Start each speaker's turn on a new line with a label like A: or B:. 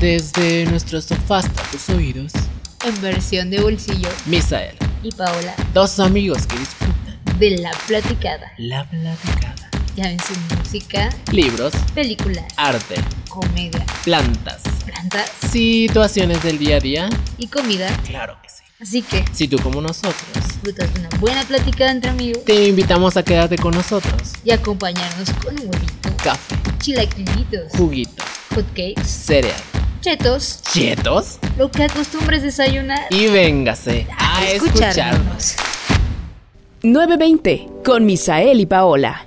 A: Desde nuestros sofás a tus oídos,
B: en versión de bolsillo
A: Misael,
B: y Paola
A: dos amigos que disfrutan
B: de la platicada.
A: la platicada.
B: Ya ven su música,
A: Libros,
B: películas,
A: arte,
B: comedia,
A: plantas,
B: plantas
A: situaciones del día a día.
B: y comida.
A: Claro que sí.
B: Así que
A: Si tú como nosotros,
B: disfrutas de una buena plática entre amigos
A: te invitamos a quedarte con nosotros.
B: y acompañarnos con un huevito,
A: Café,
B: chilaquilitos,
A: juguito,
B: hotcakes,
A: cereal,
B: chetos,
A: chetos
B: lo que acostumbres desayunar
A: y véngase a escucharnos.
C: 920 con Misael y Paola.